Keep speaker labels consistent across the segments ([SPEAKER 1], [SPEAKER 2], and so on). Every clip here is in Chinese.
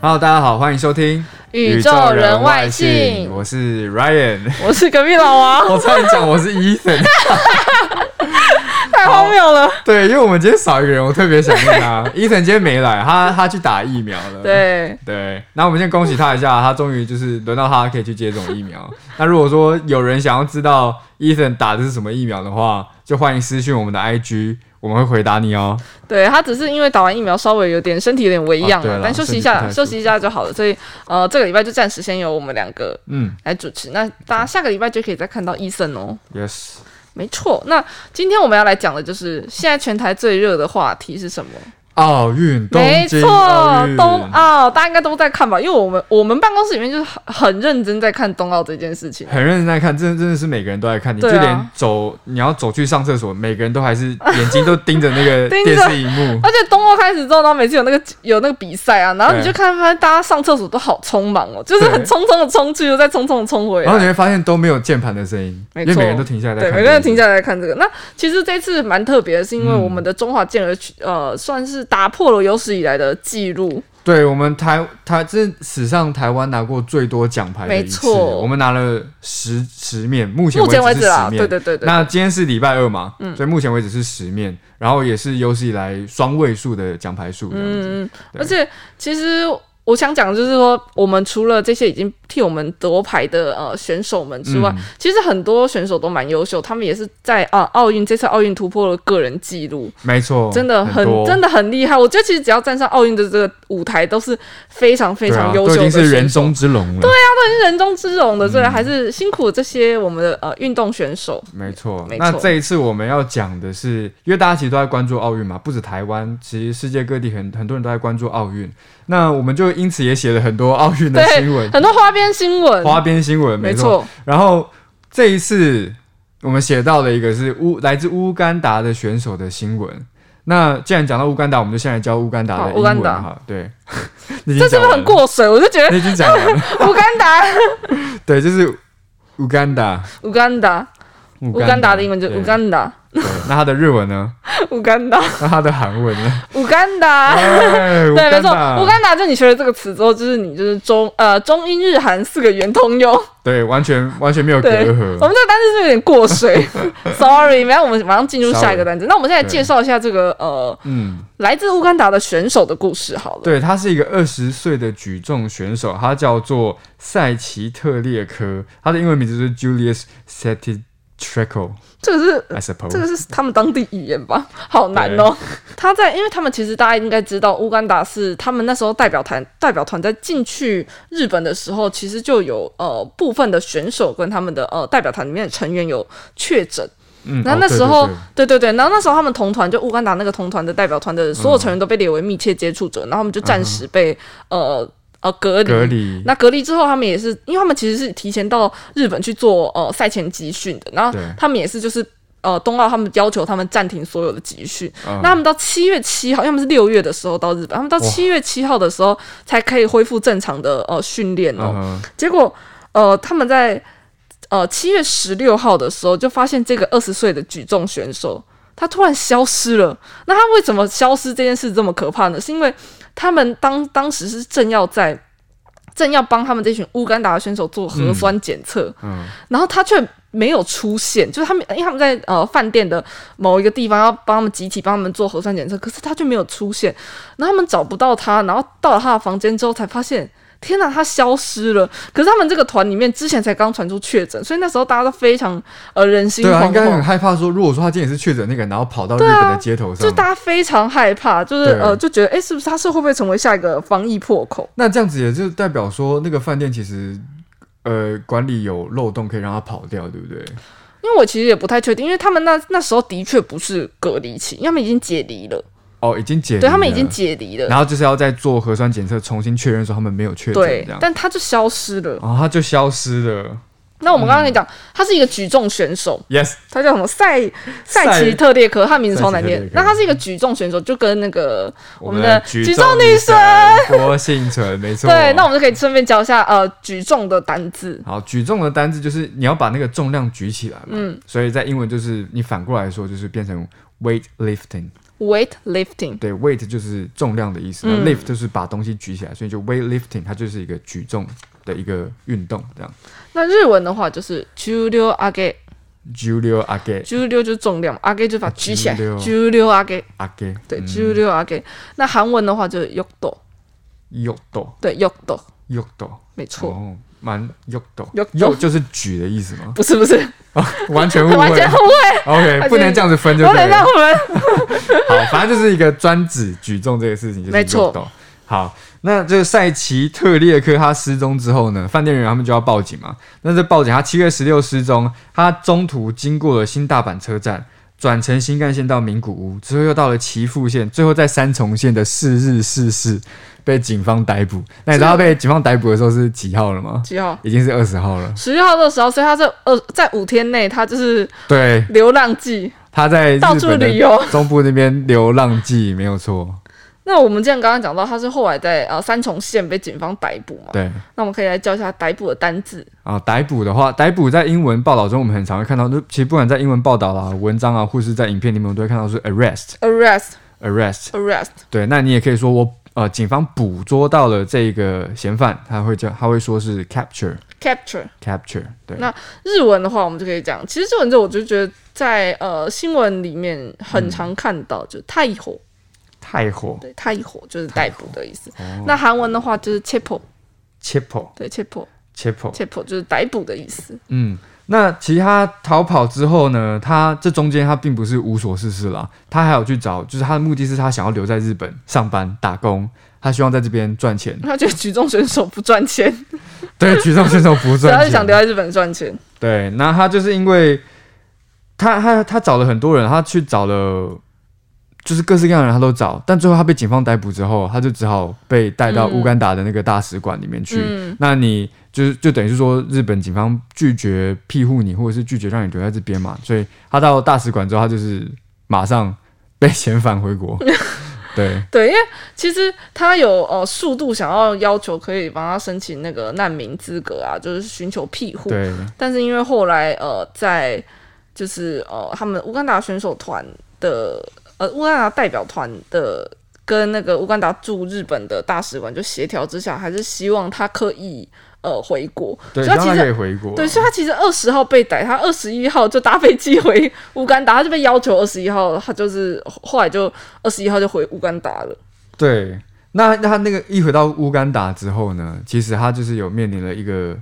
[SPEAKER 1] Hello，大家好，欢迎收听
[SPEAKER 2] 宇宙人外星
[SPEAKER 1] 我是 Ryan。
[SPEAKER 2] 我是隔壁老王，
[SPEAKER 1] 我差点讲我是 Ethan，
[SPEAKER 2] 太荒谬了。
[SPEAKER 1] 对，因为我们今天少一个人，我特别想念他。Ethan 今天没来，他他去打疫苗了。
[SPEAKER 2] 对，
[SPEAKER 1] 对，那我们先恭喜他一下，他终于就是轮到他可以去接种疫 苗。那如果说有人想要知道 Ethan 打的是什么疫苗的话，就欢迎私讯我们的 IG，我们会回答你哦。
[SPEAKER 2] 对他只是因为打完疫苗稍微有点身体有点微恙啊
[SPEAKER 1] 哦对啦
[SPEAKER 2] 但休息
[SPEAKER 1] 身体
[SPEAKER 2] 一
[SPEAKER 1] 不
[SPEAKER 2] 下，
[SPEAKER 1] 太舒
[SPEAKER 2] 休
[SPEAKER 1] 服
[SPEAKER 2] 息一下就好了。所以呃，这个礼拜就暂时先由我们两个
[SPEAKER 1] 嗯
[SPEAKER 2] 来主持。那大家下个礼拜就可以再看到医生哦。
[SPEAKER 1] ，Yes，
[SPEAKER 2] 没错，那今天我们要来讲的就是现在全台最热的话题是什么？
[SPEAKER 1] 奥运，东
[SPEAKER 2] 没
[SPEAKER 1] 京
[SPEAKER 2] 错
[SPEAKER 1] 奥，运
[SPEAKER 2] 冬奥大家应该都在看吧？因为我们我们办公室里面就是很很认真在看冬奥这件事情。
[SPEAKER 1] 很认真在看，真的真的是每个人都在看，你就
[SPEAKER 2] 对啊
[SPEAKER 1] 连走你要走去上厕所，每个人都还是眼睛都盯着那个
[SPEAKER 2] 盯
[SPEAKER 1] 电
[SPEAKER 2] 着
[SPEAKER 1] 视荧幕。
[SPEAKER 2] 而且冬奥开始之后，然后每次有那个有那个比赛啊，然后你
[SPEAKER 1] 对
[SPEAKER 2] 就看发现大家上厕所都好匆忙哦，就是很
[SPEAKER 1] 对
[SPEAKER 2] 匆匆的冲去，又再匆匆的冲回
[SPEAKER 1] 然后你
[SPEAKER 2] 来。
[SPEAKER 1] 会发现都没有键盘的声音，
[SPEAKER 2] 没
[SPEAKER 1] 因为每
[SPEAKER 2] 错
[SPEAKER 1] 个人都停下来在
[SPEAKER 2] 对，
[SPEAKER 1] 看。
[SPEAKER 2] 每个人停。下来看这个。那其实这次蛮特别的，是因为
[SPEAKER 1] 嗯
[SPEAKER 2] 我们的中华健儿、呃，算是打破了有史以来的记录。
[SPEAKER 1] 对我们台台这是史上台湾拿过最多奖牌的一
[SPEAKER 2] 没
[SPEAKER 1] 次，
[SPEAKER 2] 错
[SPEAKER 1] 我们拿了十十面，目前
[SPEAKER 2] 目前为
[SPEAKER 1] 止
[SPEAKER 2] 止
[SPEAKER 1] 是
[SPEAKER 2] 啦
[SPEAKER 1] 十，面。
[SPEAKER 2] 对对对对，嗯
[SPEAKER 1] 那今天是礼拜二嘛，所以目前为止是十面，然后也是有史以来双位数的奖牌数这样子。
[SPEAKER 2] 嗯，
[SPEAKER 1] 对
[SPEAKER 2] 而且其实我想讲，就是说，我们除了这些已经替我们夺牌的呃选手们之外，
[SPEAKER 1] 嗯
[SPEAKER 2] 其实很多选手都蛮优秀，他们也是在啊奥运这次奥运突破了个人纪录，
[SPEAKER 1] 没错，
[SPEAKER 2] 真的很
[SPEAKER 1] 哦多
[SPEAKER 2] 真的很厉害。我觉得其实只要站上奥运的这个舞台，都是非常非
[SPEAKER 1] 对啊
[SPEAKER 2] 常优
[SPEAKER 1] 都
[SPEAKER 2] 秀
[SPEAKER 1] 已经
[SPEAKER 2] 的
[SPEAKER 1] 是人
[SPEAKER 2] 选手，
[SPEAKER 1] 中嗯之龙了。对啊，
[SPEAKER 2] 是人中之龙的，所以还是辛苦这些我们的呃运动选手。
[SPEAKER 1] 没错
[SPEAKER 2] 没。错
[SPEAKER 1] 那这一次我们要讲的是，因为大家其实都在关注奥运嘛，不止台湾，其实世界各地很很多人都在关注奥运。那我们就因此也写了很多奥运的
[SPEAKER 2] 对
[SPEAKER 1] 新闻，
[SPEAKER 2] 很多花边新闻，
[SPEAKER 1] 花边新闻，
[SPEAKER 2] 没
[SPEAKER 1] 没错。
[SPEAKER 2] 错，
[SPEAKER 1] 然后这一次我们写到的一个是乌来自乌干达的选手的新闻。那既然讲到乌干达，我们就先来教乌干达
[SPEAKER 2] 好
[SPEAKER 1] 的英
[SPEAKER 2] 乌干
[SPEAKER 1] 文
[SPEAKER 2] 达
[SPEAKER 1] 哈。 对，这
[SPEAKER 2] 这是不是很？过水？我就 觉
[SPEAKER 1] 你
[SPEAKER 2] 得
[SPEAKER 1] 已经讲完了，
[SPEAKER 2] 乌干达，
[SPEAKER 1] 对，就是乌干达，
[SPEAKER 2] 乌干达，乌干达的英文就
[SPEAKER 1] 对
[SPEAKER 2] 乌干达。
[SPEAKER 1] 对那它的日文呢？
[SPEAKER 2] 乌干 达，
[SPEAKER 1] 那它的韩文呢？
[SPEAKER 2] 乌干达，
[SPEAKER 1] 哎
[SPEAKER 2] 对，没错，乌
[SPEAKER 1] 乌
[SPEAKER 2] 干达就你学了这个词之后，就是你就是中呃中英日韩四个圆通用。
[SPEAKER 1] 对，完全完全没有隔
[SPEAKER 2] 对，我们这
[SPEAKER 1] 阂。
[SPEAKER 2] 个单词是有点过水，sorry。然后我们马上进入下一个单词。那我们现在介绍一下这个呃
[SPEAKER 1] 嗯，
[SPEAKER 2] 来自乌干达的选手的故事好了。
[SPEAKER 1] 对，他是一个二十岁的举重选手，他叫做塞奇特列科，他的英文名字是 Julius Setitreco，I
[SPEAKER 2] 这个是。呃这
[SPEAKER 1] suppose。
[SPEAKER 2] 个是他们当地语言吧， 好难哦。他在，因为他们其实大家应该知道，乌干达是他们那时候代表团代表团在进去日本的时候，其实就有呃部分的选手跟他们的呃代表团里面的成员有确诊，
[SPEAKER 1] 嗯
[SPEAKER 2] 然后
[SPEAKER 1] 哦对
[SPEAKER 2] 那时
[SPEAKER 1] 对
[SPEAKER 2] 候
[SPEAKER 1] 对
[SPEAKER 2] 对对对，然后那时候他们同团就乌干达那个同团的代表团的所有成员都被列为密切接触者，然后他们就暂时被、呃呃嗯隔离。
[SPEAKER 1] 隔离，
[SPEAKER 2] 那隔离之后，他们也是，因为他们其实是提前到日本去做呃赛前集训的，然后
[SPEAKER 1] 对
[SPEAKER 2] 他们也是就是呃冬奥他们要求他们暂停所有的集训，
[SPEAKER 1] 嗯
[SPEAKER 2] 那他们到七月七号，因为他们是六月的时候到日本，他们到
[SPEAKER 1] 哇
[SPEAKER 2] 七月七号的时候才可以恢复正常的呃训练哦。
[SPEAKER 1] 嗯哼
[SPEAKER 2] 结果呃，他们在呃七月十六号的时候就发现这个二十岁的举重选手，他突然消失了。那他为什么消失这件事这么可怕呢？是因为他们当当时是正要在。正要帮他们这群乌干达的选手做核酸检测，
[SPEAKER 1] 嗯，
[SPEAKER 2] 然后他却没有出现，就是他们，因为他们在呃饭店的某一个地方要帮他们集体帮他们做核酸检测，可是他却没有出现，然后他们找不到他，然后到了他的房间之后才发现。天呐，他消失了！可是他们这个团里面之前才刚传出确诊，所以那时候大家都非常呃人心
[SPEAKER 1] 对啊，
[SPEAKER 2] 惶
[SPEAKER 1] 应该很
[SPEAKER 2] 惶，
[SPEAKER 1] 害怕说，如果说他今天也是确诊那个人，然后跑到日本的街头上
[SPEAKER 2] 啊就，大家非常害怕，就是
[SPEAKER 1] 对
[SPEAKER 2] 呃就觉得哎、诶是不是他是会不会成为下一个防疫破口？
[SPEAKER 1] 那这样子也就代表说那个饭店其实。呃，管理有漏洞可以让他跑掉，对不对？
[SPEAKER 2] 因为我其实也不太确定，因为他们那那时候的确不是隔离期，因为他们已经解离了，
[SPEAKER 1] 哦，已经解离了
[SPEAKER 2] 对他们已经，解离了，
[SPEAKER 1] 然后就是要再做核酸检测，重新确认说他们没有确诊
[SPEAKER 2] 对
[SPEAKER 1] 这，样，
[SPEAKER 2] 但他就消失了。
[SPEAKER 1] 然后他就消失了。
[SPEAKER 2] 那我们刚刚跟你讲，他是一个举重选手，
[SPEAKER 1] Yes，
[SPEAKER 2] 他叫什么赛赛奇特列科，他名字超难
[SPEAKER 1] 赛
[SPEAKER 2] 念
[SPEAKER 1] 奇。特列
[SPEAKER 2] 那
[SPEAKER 1] 科
[SPEAKER 2] 他是一个举重选手，就跟那个我们
[SPEAKER 1] 的
[SPEAKER 2] 的
[SPEAKER 1] 举
[SPEAKER 2] 重
[SPEAKER 1] 女
[SPEAKER 2] 女神。
[SPEAKER 1] 郭幸存， 没错。
[SPEAKER 2] 对，那我们就可以顺便教一下呃举重的单字。
[SPEAKER 1] 好，举重的单字就是你要把那个重量举起来嘛，
[SPEAKER 2] 嗯
[SPEAKER 1] 所以在英文就是你反过来说就是变成 weight lifting，
[SPEAKER 2] weight lifting。
[SPEAKER 1] 对，weight 就是重量的意思，
[SPEAKER 2] 嗯
[SPEAKER 1] 那 lift 就是把东西举起来，所以就 weight lifting 它就是一个举重的一个运动，这样。
[SPEAKER 2] 那日文的话就是重量上げ，
[SPEAKER 1] Julio Age
[SPEAKER 2] 重量就是重量，上げ就是把
[SPEAKER 1] 啊
[SPEAKER 2] 它举起来，
[SPEAKER 1] 重量
[SPEAKER 2] 重量上げ，
[SPEAKER 1] Age
[SPEAKER 2] 对，重量上げ。那韩文的话就是欲斗，
[SPEAKER 1] Yokdo
[SPEAKER 2] 对，欲斗，
[SPEAKER 1] Yokdo
[SPEAKER 2] 没错，
[SPEAKER 1] 哦，蛮 Yokdo
[SPEAKER 2] 欲斗
[SPEAKER 1] Yok 就是举的意思吗？
[SPEAKER 2] 不是不是，
[SPEAKER 1] 完全误会，
[SPEAKER 2] 完全误会，
[SPEAKER 1] OK，不能这样子分就
[SPEAKER 2] 我
[SPEAKER 1] 对
[SPEAKER 2] 等一下
[SPEAKER 1] 了。
[SPEAKER 2] 我们
[SPEAKER 1] 好，反正就是一个专指举重这个事情，就是
[SPEAKER 2] 没错
[SPEAKER 1] 运动。好，那这个赛奇特列克他失踪之后呢，饭店人员他们就要报警嘛。那这报警，他七月十六失踪，他中途经过了新大阪车站，转乘新干线到名古屋，之后又到了岐阜县，最后在三重县的四日市市被警方逮捕。那你知道他被警方逮捕的时候是几号了吗？
[SPEAKER 2] 几号？
[SPEAKER 1] 已经是二十号了。
[SPEAKER 2] 十号到十号，所以他这二在五天内，他就是
[SPEAKER 1] 对，
[SPEAKER 2] 流浪记。
[SPEAKER 1] 他在日
[SPEAKER 2] 到处
[SPEAKER 1] 本的
[SPEAKER 2] 旅游
[SPEAKER 1] 中部那边流浪记，没有错。
[SPEAKER 2] 那我们既然刚刚讲到，他是后来在呃三重县被警方逮捕嘛，
[SPEAKER 1] 对。
[SPEAKER 2] 那我们可以来教一下逮捕的单字。
[SPEAKER 1] 啊，逮捕的话，逮捕在英文报道中，我们很常会看到，就其实不管在英文报道啦、文章啊，或是在影片里面，我们都会看到是 arrest，arrest。
[SPEAKER 2] arrest arrest
[SPEAKER 1] 对，那你也可以说我呃，警方捕捉到了这个嫌犯，他会叫他会说是 capture，capture。
[SPEAKER 2] capture。
[SPEAKER 1] 对，
[SPEAKER 2] 那日文的话，我们就可以讲，其实日文这我就觉得在呃新闻里面很常看到，就是太火，
[SPEAKER 1] 太火
[SPEAKER 2] 对，太火就是逮捕的意思。
[SPEAKER 1] 哦
[SPEAKER 2] 那韩文的话就是 c h i p o
[SPEAKER 1] c h i p p
[SPEAKER 2] 对 c h i p o
[SPEAKER 1] c h i p p
[SPEAKER 2] c h i p o 就是逮捕的意思。
[SPEAKER 1] 嗯，那其实他逃跑之后呢，他这中间他并不是无所事事啦，他还有去找，就是他的目的是他想要留在日本上班打工，他希望在这边赚钱。
[SPEAKER 2] 他觉得举重选手不赚钱，
[SPEAKER 1] 对，举重选手不
[SPEAKER 2] 所以
[SPEAKER 1] 赚
[SPEAKER 2] 他
[SPEAKER 1] 钱
[SPEAKER 2] 就。想留在日本赚钱。
[SPEAKER 1] 对，那他就是因为他他他找了很多人，他去找了就是各式各样的人，他都找，但最后他被警方逮捕之后，他就只好被带到乌干达的那个大使馆里面去。
[SPEAKER 2] 嗯
[SPEAKER 1] 那你就是就等于是说，日本警方拒绝庇护你，或者是拒绝让你留在这边嘛，所以他到大使馆之后，他就是马上被遣返回 国。对，
[SPEAKER 2] 对，因为其实他有呃速度想要要求可以帮他申请那个难民资格啊，就是寻求庇护。
[SPEAKER 1] 对，
[SPEAKER 2] 但是因为后来呃在就是呃他们乌干达选手团的呃乌干达代表团的跟那个乌干达驻日本的大使馆就协调之下，还是希望他可以呃回国。
[SPEAKER 1] 对，
[SPEAKER 2] 所以
[SPEAKER 1] 让
[SPEAKER 2] 他
[SPEAKER 1] 他
[SPEAKER 2] 其
[SPEAKER 1] 可以
[SPEAKER 2] 实。
[SPEAKER 1] 回国。
[SPEAKER 2] 对，所以他其实二十号被逮，他二十一号就搭飞机回乌干达，他就被要求二十一号，他就是后来就二十一号就回乌干达了。
[SPEAKER 1] 对，那那他那个一回到乌干达之后呢，其实他就是有面临了一个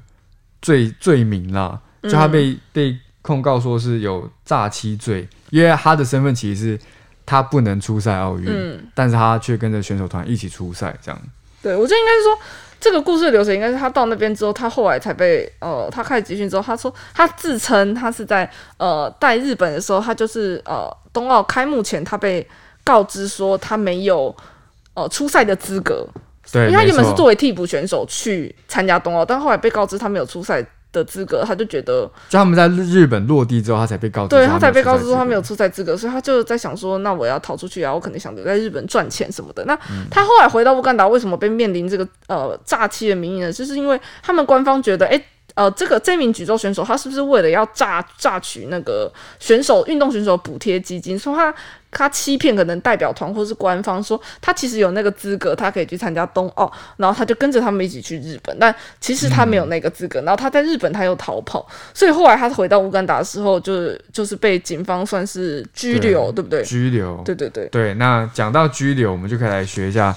[SPEAKER 1] 罪罪名啦，
[SPEAKER 2] 嗯
[SPEAKER 1] 就他被、被控告说是有诈欺罪，因为他的身份其实是他不能出赛奥运，
[SPEAKER 2] 嗯
[SPEAKER 1] 但是他却跟着选手团一起出赛，这样
[SPEAKER 2] 对，我觉得应该是说这个故事的流程，应该是他到那边之后，他后来才被呃，他开始集训之后，他说他自称他是在呃在日本的时候，他就是呃冬奥开幕前，他被告知说他没有呃出赛的资格，
[SPEAKER 1] 对，
[SPEAKER 2] 因为他
[SPEAKER 1] 没
[SPEAKER 2] 原本是
[SPEAKER 1] 错
[SPEAKER 2] 作为替补选手去参加冬奥，但后来被告知他没有出赛。的资格，他就觉得，
[SPEAKER 1] 就他们在日本落地之后，他才被告知，
[SPEAKER 2] 对他才被告知说
[SPEAKER 1] 说
[SPEAKER 2] 他没有
[SPEAKER 1] 出赛
[SPEAKER 2] 出赛资格，所以他就在想说，那我要逃出去啊，我肯定想留在日本赚钱什么的。那他后来回到乌干达，为什么被面临这个呃诈欺的名义呢？就是因为他们官方觉得，哎、呃，这个这名举重选手他是不是为了要榨榨取那个选手运动选手补贴基金，说他他欺骗可能代表团或是官方说他其实有那个资格，他可以去参加冬奥，然后他就跟着他们一起去日本，但其实他没有那个资格，然后他在日本他又逃跑，所以后来他回到乌干达的时候就，是就是被警方算是拘留，对不对？
[SPEAKER 1] 拘留，
[SPEAKER 2] 对对对，
[SPEAKER 1] 对，那讲到拘留，我们就可以来学一下。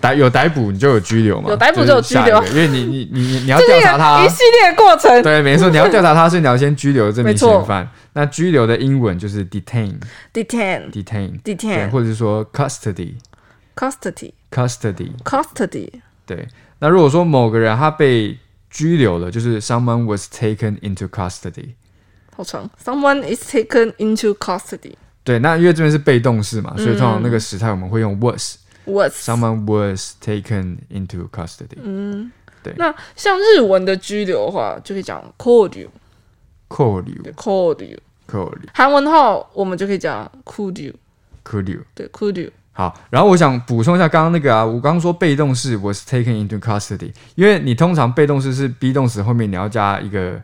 [SPEAKER 1] 逮有逮捕，你就有拘留嘛？
[SPEAKER 2] 有逮捕就有
[SPEAKER 1] 是下
[SPEAKER 2] 拘留
[SPEAKER 1] 一个因为你你你你你 要
[SPEAKER 2] 这是
[SPEAKER 1] 调
[SPEAKER 2] 一
[SPEAKER 1] 查他，
[SPEAKER 2] 个一系列的过 程。
[SPEAKER 1] 对，没错，你要调查他，所以你要先拘留这名
[SPEAKER 2] 没错
[SPEAKER 1] 嫌犯。那拘留的英文就是 detain，detain，
[SPEAKER 2] detain
[SPEAKER 1] 对，
[SPEAKER 2] detain
[SPEAKER 1] 或者是说 custody，custody。
[SPEAKER 2] custody custody，
[SPEAKER 1] 对，那如果说某个人他被拘留了，就是 someone was taken into custody。
[SPEAKER 2] 好长。Someone is taken into custody
[SPEAKER 1] 对，那因为这边是被动式嘛，所以通常
[SPEAKER 2] 嗯
[SPEAKER 1] 那个时态我们会用 was。
[SPEAKER 2] was。
[SPEAKER 1] Someone was taken into custody.
[SPEAKER 2] 嗯那像日文的拘留的话，就可以讲 cold you，
[SPEAKER 1] 扣留，
[SPEAKER 2] 对 cold you。
[SPEAKER 1] 扣留，
[SPEAKER 2] 韩文的话，我们就可以讲 could you，
[SPEAKER 1] 扣留。
[SPEAKER 2] 对 could you。
[SPEAKER 1] 好，然后我想补充一下刚刚那个啊，我刚刚说被动式 was taken into custody，因为你通常被动式是 be 动词后面你要加一个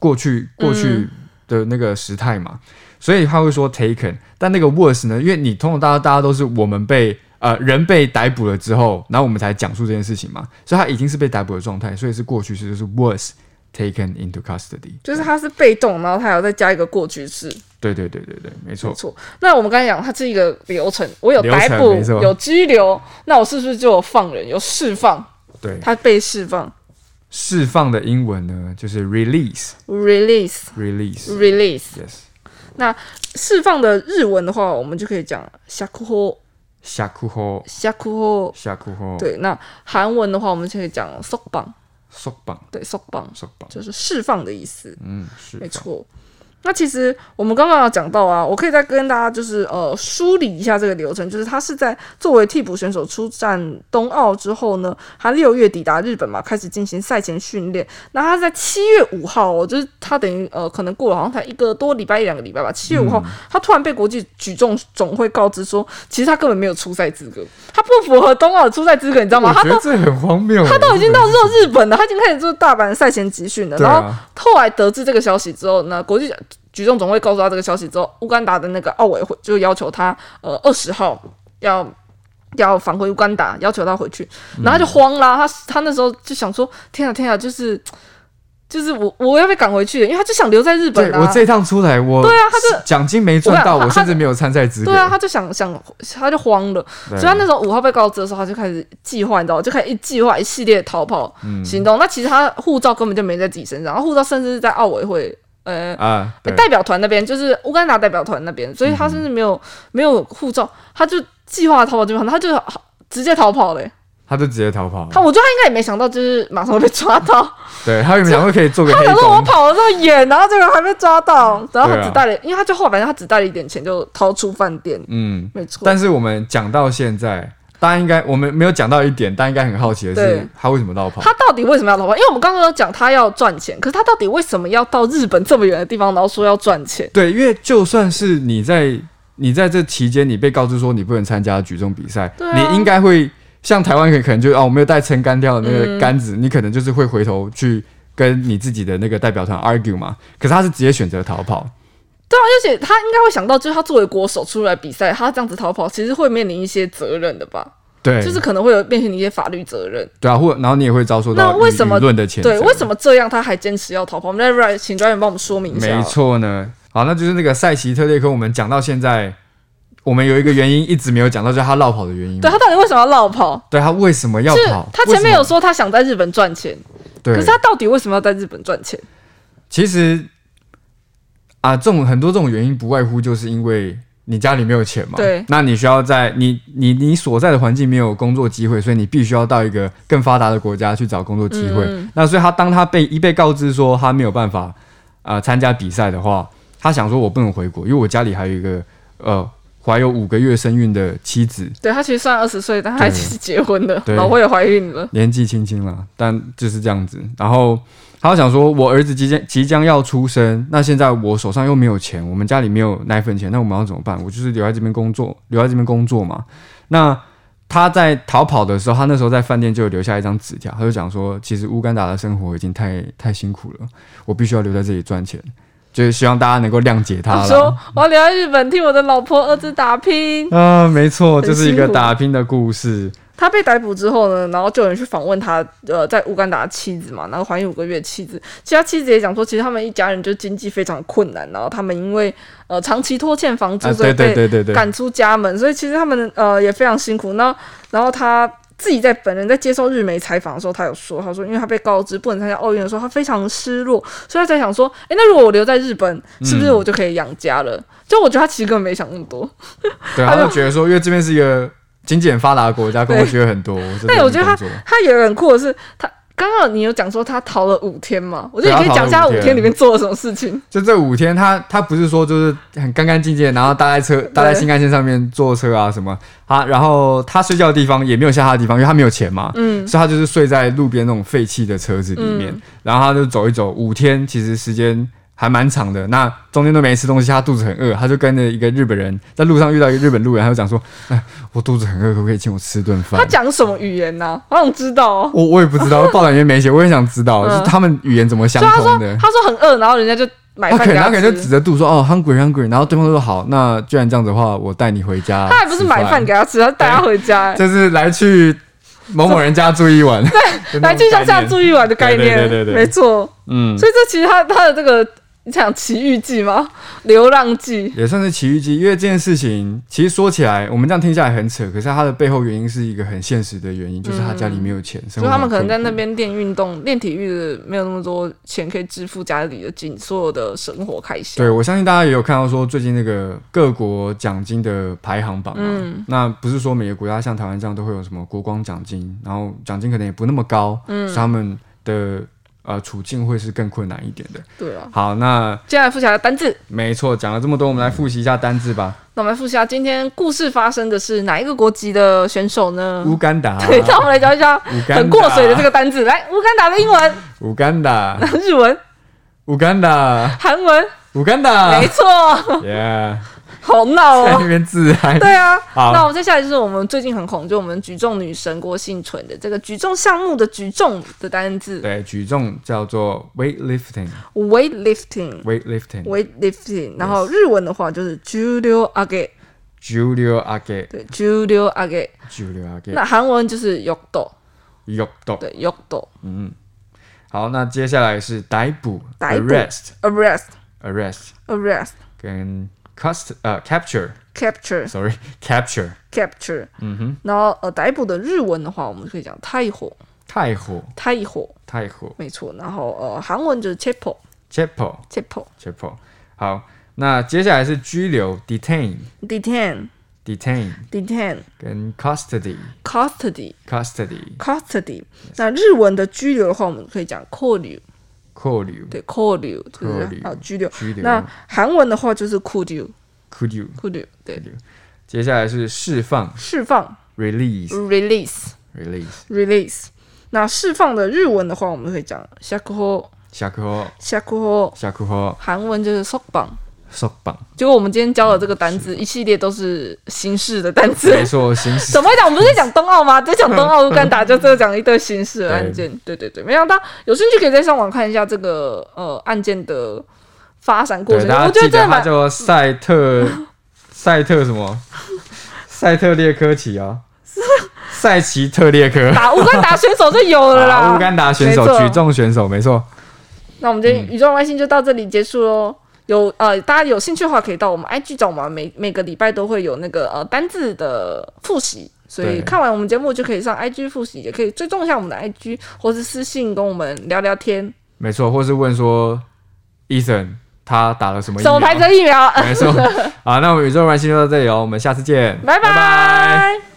[SPEAKER 1] 过去过去的那个时态嘛，所以他会说 taken。但那个 was 呢，因为你通常大家大家都是我们被呃人被逮捕了之后，然后我们才讲述这件事情嘛，所以他已经是被逮捕的状态，所以是过去式，就是 was taken into custody。
[SPEAKER 2] 就是它是被动，然后它还要再加一个过去式，
[SPEAKER 1] 对对对对对，没错
[SPEAKER 2] 没。错。那我们刚才讲，它是一个流程，我有
[SPEAKER 1] 流程
[SPEAKER 2] 逮捕
[SPEAKER 1] 没错，
[SPEAKER 2] 有拘留，那我是不是就有放人，有释放？
[SPEAKER 1] 对，
[SPEAKER 2] 它被释放
[SPEAKER 1] 释放的英文呢就是 release
[SPEAKER 2] ，release
[SPEAKER 1] release
[SPEAKER 2] release。
[SPEAKER 1] yes
[SPEAKER 2] 释放的日文的话，我们就可以讲下库吼
[SPEAKER 1] 下库后
[SPEAKER 2] 下库吼。
[SPEAKER 1] 下库后
[SPEAKER 2] 对，那韩文的话，我们就可以讲松绑，
[SPEAKER 1] 缩绑
[SPEAKER 2] 对，松绑
[SPEAKER 1] 缩绑
[SPEAKER 2] 就是释放的意思。
[SPEAKER 1] 嗯是
[SPEAKER 2] 没错。那其实我们刚刚有讲到啊，我可以再跟大家就是呃梳理一下这个流程，就是他是在作为替补选手出战冬奥之后呢，他六月抵达日本嘛，开始进行赛前训练。那他在七月五号、哦，就是他等于呃可能过了好像才一个多礼拜一两个礼拜吧，七月五
[SPEAKER 1] 嗯
[SPEAKER 2] 号、他突然被国际举重总会告知说，其实他根本没有出赛资格，他不符合冬奥的出赛资格，你知道吗？
[SPEAKER 1] 我
[SPEAKER 2] 他
[SPEAKER 1] 觉得这很荒谬欸，他
[SPEAKER 2] 都已经到做日本了，他已经开始做大阪的赛前集训了，
[SPEAKER 1] 对
[SPEAKER 2] 然后
[SPEAKER 1] 啊，
[SPEAKER 2] 后来得知这个消息之后呢，国际举重总会告诉他这个消息之后，乌干达的那个奥委会就要求他，呃，二十号要要返回乌干达，要求他回去，
[SPEAKER 1] 嗯
[SPEAKER 2] 然后他就慌啦，他他那时候就想说，天啊天啊，就是就是我我要被赶回去了，因为他就想留在日本
[SPEAKER 1] 对
[SPEAKER 2] 啊，
[SPEAKER 1] 我这一趟出来我对啊，他是奖金没赚到，
[SPEAKER 2] 我
[SPEAKER 1] 我
[SPEAKER 2] 跟你讲
[SPEAKER 1] 甚
[SPEAKER 2] 他
[SPEAKER 1] 至没有参赛资格，
[SPEAKER 2] 对啊，他就想想他就慌了，
[SPEAKER 1] 对
[SPEAKER 2] 所以他那时候五号被告知的时候，他就开始计划，你知道吗，就开始一计划一系列逃跑
[SPEAKER 1] 嗯
[SPEAKER 2] 行动。那其实他护照根本就没在自己身上，然后护照甚至是在奥委会。呃，
[SPEAKER 1] 啊对
[SPEAKER 2] 代表团那边就是乌干达代表团那边，所以他甚至没有、没有护照，他就计划逃跑这边，他就直接逃跑嘞、
[SPEAKER 1] 他就直接逃跑了，
[SPEAKER 2] 他我觉得他应该也没想到，就是马上会被抓到。
[SPEAKER 1] 对他原本想说可以做个黑
[SPEAKER 2] 他说我
[SPEAKER 1] 工，
[SPEAKER 2] 跑了这么远，然后这个人还被抓到，然后
[SPEAKER 1] 对
[SPEAKER 2] 他
[SPEAKER 1] 啊
[SPEAKER 2] 只带了，因为他就后来反正他只带了一点钱就逃出饭店，
[SPEAKER 1] 嗯，
[SPEAKER 2] 没错。
[SPEAKER 1] 但是我们讲到现在，大家应该我们没有讲到一点，大家应该很好奇的
[SPEAKER 2] 对
[SPEAKER 1] 是他为什么绕跑，
[SPEAKER 2] 他到底为什么要逃跑？因为我们刚刚有讲他要赚钱，可是他到底为什么要到日本这么远的地方，然后说要赚钱？
[SPEAKER 1] 对，因为就算是你在你在这期间，你被告知说你不能参加举重比赛，
[SPEAKER 2] 对啊
[SPEAKER 1] 你应该会像台湾人可能就哦，我没有带撑杆跳的那
[SPEAKER 2] 嗯
[SPEAKER 1] 个杆子，你可能就是会回头去跟你自己的那个代表团 argue 嘛。可是他是直接选择逃跑，
[SPEAKER 2] 啊而且他应该会想到，就是他作为国手出来比赛，他这样子逃跑，其实会面临一些责任的吧？
[SPEAKER 1] 对，
[SPEAKER 2] 就是可能会有面临一些法律责任。
[SPEAKER 1] 对啊，或然后你也会遭受到
[SPEAKER 2] 那为
[SPEAKER 1] 舆
[SPEAKER 2] 什么
[SPEAKER 1] 舆论的谴责，
[SPEAKER 2] 对，为什么这样他还坚持要逃跑？我们来，请专员帮我们说明一下。
[SPEAKER 1] 没，错呢。好，那就是那个赛奇特列科，我们讲到现在，我们有一个原因一直没有讲到，就是他绕跑的原因嘛。
[SPEAKER 2] 对他到底为什么要绕跑？
[SPEAKER 1] 对他为什么要
[SPEAKER 2] 就是
[SPEAKER 1] 跑？
[SPEAKER 2] 他前面有说他想在日本赚钱，
[SPEAKER 1] 对，
[SPEAKER 2] 可是他到底为什么要在日本赚钱？
[SPEAKER 1] 其实啊，这种很多这种原因不外乎就是因为你家里没有钱嘛，
[SPEAKER 2] 对
[SPEAKER 1] 那你需要在你你你所在的环境没有工作机会，所以你必须要到一个更发达的国家去找工作机会。那所以他当他被一被告知说他没有办法啊参加比赛的话，他想说我不能回国，因为我家里还有一个呃怀有五个月身孕的妻子，
[SPEAKER 2] 对他其实算二十岁，但他
[SPEAKER 1] 对
[SPEAKER 2] 其实结婚了，
[SPEAKER 1] 对
[SPEAKER 2] 老婆也怀孕了。
[SPEAKER 1] 年纪轻轻啦，但就是这样子。然后他想说，我儿子即将即将要出生，那现在我手上又没有钱，我们家里没有奶粉钱，那我们要怎么办？我就是留在这边工作，留在这边工作嘛。那他在逃跑的时候，他那时候在饭店就有留下一张纸条，他就讲说，其实乌干达的生活已经太太辛苦了，我必须要留在这里赚钱，就是希望大家能够谅解他
[SPEAKER 2] 他
[SPEAKER 1] 啦。
[SPEAKER 2] 说我要留在日本替我的老婆儿子打拼。
[SPEAKER 1] 啊，没错，
[SPEAKER 2] 很
[SPEAKER 1] 这是一个
[SPEAKER 2] 辛苦
[SPEAKER 1] 打拼的故事。
[SPEAKER 2] 他被逮捕之后呢，然后就有人去访问他，呃，在乌干达的妻子嘛，然后怀孕五个月的妻子，其实他妻子也讲说，其实他们一家人就经济非常困难，然后他们因为呃长期拖欠房租，
[SPEAKER 1] 啊，
[SPEAKER 2] 所以
[SPEAKER 1] 对对
[SPEAKER 2] 被
[SPEAKER 1] 对对对，
[SPEAKER 2] 赶出家门，所以其实他们呃也非常辛苦。那然后他自己在本人在接受日媒采访的时候，他有说，他说因为他被告知不能参加奥运的时候，他非常失落，所以他才想说，诶，那如果我留在日本，是不是我就可以养家
[SPEAKER 1] 嗯
[SPEAKER 2] 了？就我觉得他其实根本没想那么多。
[SPEAKER 1] 对，他就觉得说，因为这边是一个经济很发达的国家，工作机会很多。
[SPEAKER 2] 但我觉得
[SPEAKER 1] 他
[SPEAKER 2] 他有一个很酷的是，他刚好你有讲说他逃了五天嘛，我觉得你
[SPEAKER 1] 对
[SPEAKER 2] 可以
[SPEAKER 1] 他逃
[SPEAKER 2] 讲
[SPEAKER 1] 了
[SPEAKER 2] 一下
[SPEAKER 1] 五
[SPEAKER 2] 五
[SPEAKER 1] 天
[SPEAKER 2] 天里面做了什么事情。
[SPEAKER 1] 就这五天他，他不是说就是很干干净净地，然后搭在车搭在新干线上面坐车啊什么，他然后他睡觉的地方也没有下他的地方，因为他没有钱嘛，
[SPEAKER 2] 嗯，
[SPEAKER 1] 所以他就是睡在路边那种废弃的车子里面，然后他就走一走，五天其实时间还蛮长的，那中间都没吃东西，他肚子很饿，他就跟着一个日本人在路上遇到一个日本路人，他就讲说，哎，我肚子很饿，可不可以请我吃顿饭
[SPEAKER 2] 他？讲什么语言呢、我想知道哦。
[SPEAKER 1] 我我也不知 道，报道里面没写，我也想知道，
[SPEAKER 2] 嗯
[SPEAKER 1] 就是他们语言怎么相
[SPEAKER 2] 所以他
[SPEAKER 1] 通
[SPEAKER 2] 说
[SPEAKER 1] 的。
[SPEAKER 2] 他说很饿，然后人家就买
[SPEAKER 1] 他
[SPEAKER 2] 饭
[SPEAKER 1] 可
[SPEAKER 2] 给
[SPEAKER 1] 能他可能就
[SPEAKER 2] 吃
[SPEAKER 1] 指。着肚说哦，hungry hungry，然后对方就说好，那既然这样子的话，我带你回家。
[SPEAKER 2] 他还不是买饭给他吃，他是带他回家、欸，
[SPEAKER 1] 就是来去某某人家住一 晚，对
[SPEAKER 2] 来去乡下住一晚的概念，
[SPEAKER 1] 对对对对对
[SPEAKER 2] 没错。
[SPEAKER 1] 嗯，
[SPEAKER 2] 所以这其实他他的这个你想奇遇记吗？流浪记，
[SPEAKER 1] 也算是奇遇记，因为这件事情其实说起来，我们这样听下来很扯，可是它的背后原因是一个很现实的原因，就是他家里没有钱，
[SPEAKER 2] 就
[SPEAKER 1] 所以
[SPEAKER 2] 嗯他们可能在那边练运动、练体育的，没有那么多钱可以支付家里的紧所有的生活开销。
[SPEAKER 1] 对，我相信大家也有看到说，最近那个各国奖金的排行榜嘛，啊
[SPEAKER 2] 嗯
[SPEAKER 1] 那不是说每个国家像台湾这样都会有什么国光奖金，然后奖金可能也不那么高，嗯，所以他们的呃处境会是更困难一点的。
[SPEAKER 2] 对啊。
[SPEAKER 1] 好，那
[SPEAKER 2] 接下来复习一下单字，
[SPEAKER 1] 没错，讲了这么多，我们来复习一下单字吧。
[SPEAKER 2] 那我们来复习一下今天故事发生的是哪一个国籍的选手呢？
[SPEAKER 1] 乌干达，
[SPEAKER 2] 嗯 对，那我们来讲一下
[SPEAKER 1] 乌干达，
[SPEAKER 2] 很过水的这个单字。来，乌干达的英文、
[SPEAKER 1] 乌干达，
[SPEAKER 2] 日文、
[SPEAKER 1] 乌干达，
[SPEAKER 2] 韩文，
[SPEAKER 1] 乌干达
[SPEAKER 2] 没，错，
[SPEAKER 1] 耶，
[SPEAKER 2] 好闹
[SPEAKER 1] 在
[SPEAKER 2] 哦。
[SPEAKER 1] 那边自嗨。
[SPEAKER 2] 对啊，
[SPEAKER 1] 好
[SPEAKER 2] 那我们接下来就是我们最近很红，就我们举重女神郭幸存的这个举重项目的举重的单字
[SPEAKER 1] 对，举重叫做 weightlifting，weightlifting。
[SPEAKER 2] weightlifting。weightlifting，然后日文的话就是 judo age，
[SPEAKER 1] Julio Age，
[SPEAKER 2] 对 judo age，
[SPEAKER 1] Julio Age，
[SPEAKER 2] 那韩文就是 yokdo，
[SPEAKER 1] 有懂。
[SPEAKER 2] 对 yokdo
[SPEAKER 1] 好，那接下来是逮捕
[SPEAKER 2] 逮捕
[SPEAKER 1] arrest
[SPEAKER 2] arrest
[SPEAKER 1] arrest
[SPEAKER 2] arrest
[SPEAKER 1] 跟 cust 呃 capture
[SPEAKER 2] capture
[SPEAKER 1] sorry capture
[SPEAKER 2] capture，嗯哼，然后呃逮捕的日文的话，我们可以讲逮捕
[SPEAKER 1] 太火
[SPEAKER 2] 逮捕，
[SPEAKER 1] 太火
[SPEAKER 2] 没错，然后呃韩文就是 chepo
[SPEAKER 1] chapel
[SPEAKER 2] chepo
[SPEAKER 1] chapel 好，那接下来是拘留 detain
[SPEAKER 2] detain
[SPEAKER 1] detain
[SPEAKER 2] detain
[SPEAKER 1] 跟 custody
[SPEAKER 2] custody
[SPEAKER 1] custody
[SPEAKER 2] custody。那日文的拘留的话，我们可以讲扣留，
[SPEAKER 1] 扣留
[SPEAKER 2] 对，扣留就
[SPEAKER 1] 扣
[SPEAKER 2] 是
[SPEAKER 1] 留
[SPEAKER 2] 啊拘留。
[SPEAKER 1] 拘留
[SPEAKER 2] 那韩文的话就是扣留，
[SPEAKER 1] could you
[SPEAKER 2] 扣留，对，
[SPEAKER 1] 接下来是释放
[SPEAKER 2] 释放
[SPEAKER 1] release
[SPEAKER 2] release
[SPEAKER 1] release
[SPEAKER 2] release。那释放的日文的话，我们会讲下课
[SPEAKER 1] 下课后
[SPEAKER 2] 下课，
[SPEAKER 1] 下课后
[SPEAKER 2] 韩文就是束绑。
[SPEAKER 1] 受绑
[SPEAKER 2] 结果我们今天教的这个单字，一系列都是形式的单字。
[SPEAKER 1] 没错行使
[SPEAKER 2] 怎么会讲？我们不是在讲冬奥吗？在讲冬奥乌干达，就这讲一堆刑事的案
[SPEAKER 1] 嗯
[SPEAKER 2] 件。对对对，没想到有兴趣可以在上网看一下这个呃案件的发展过
[SPEAKER 1] 对，
[SPEAKER 2] 程。
[SPEAKER 1] 大
[SPEAKER 2] 我
[SPEAKER 1] 家记
[SPEAKER 2] 觉得嗯真
[SPEAKER 1] 得
[SPEAKER 2] 的
[SPEAKER 1] 他
[SPEAKER 2] 蛮
[SPEAKER 1] 叫赛特赛特什么？赛特列科奇啊，赛奇特列科，
[SPEAKER 2] 打乌干达选手就有了
[SPEAKER 1] 啊
[SPEAKER 2] 啦。
[SPEAKER 1] 乌干达选手
[SPEAKER 2] 没，错
[SPEAKER 1] 举重选手，没错。
[SPEAKER 2] 那我们今天
[SPEAKER 1] 嗯
[SPEAKER 2] 宇宙外星就到这里结束喽。有呃，大家有兴趣的话，可以到我们 IG 找我们，啊每每个礼拜都会有那个呃单字的复习，所以
[SPEAKER 1] 对
[SPEAKER 2] 看完我们节目就可以上 IG 复习，也可以追踪一下我们的 IG，或是私信跟我们聊聊天。
[SPEAKER 1] 没错，或是问说，Ethan 他打了什么疫
[SPEAKER 2] 什么
[SPEAKER 1] 苗？
[SPEAKER 2] 牌子的疫苗？
[SPEAKER 1] 没错，好，那我们宇宙软星就到这里哦，我们下次见，
[SPEAKER 2] 拜拜。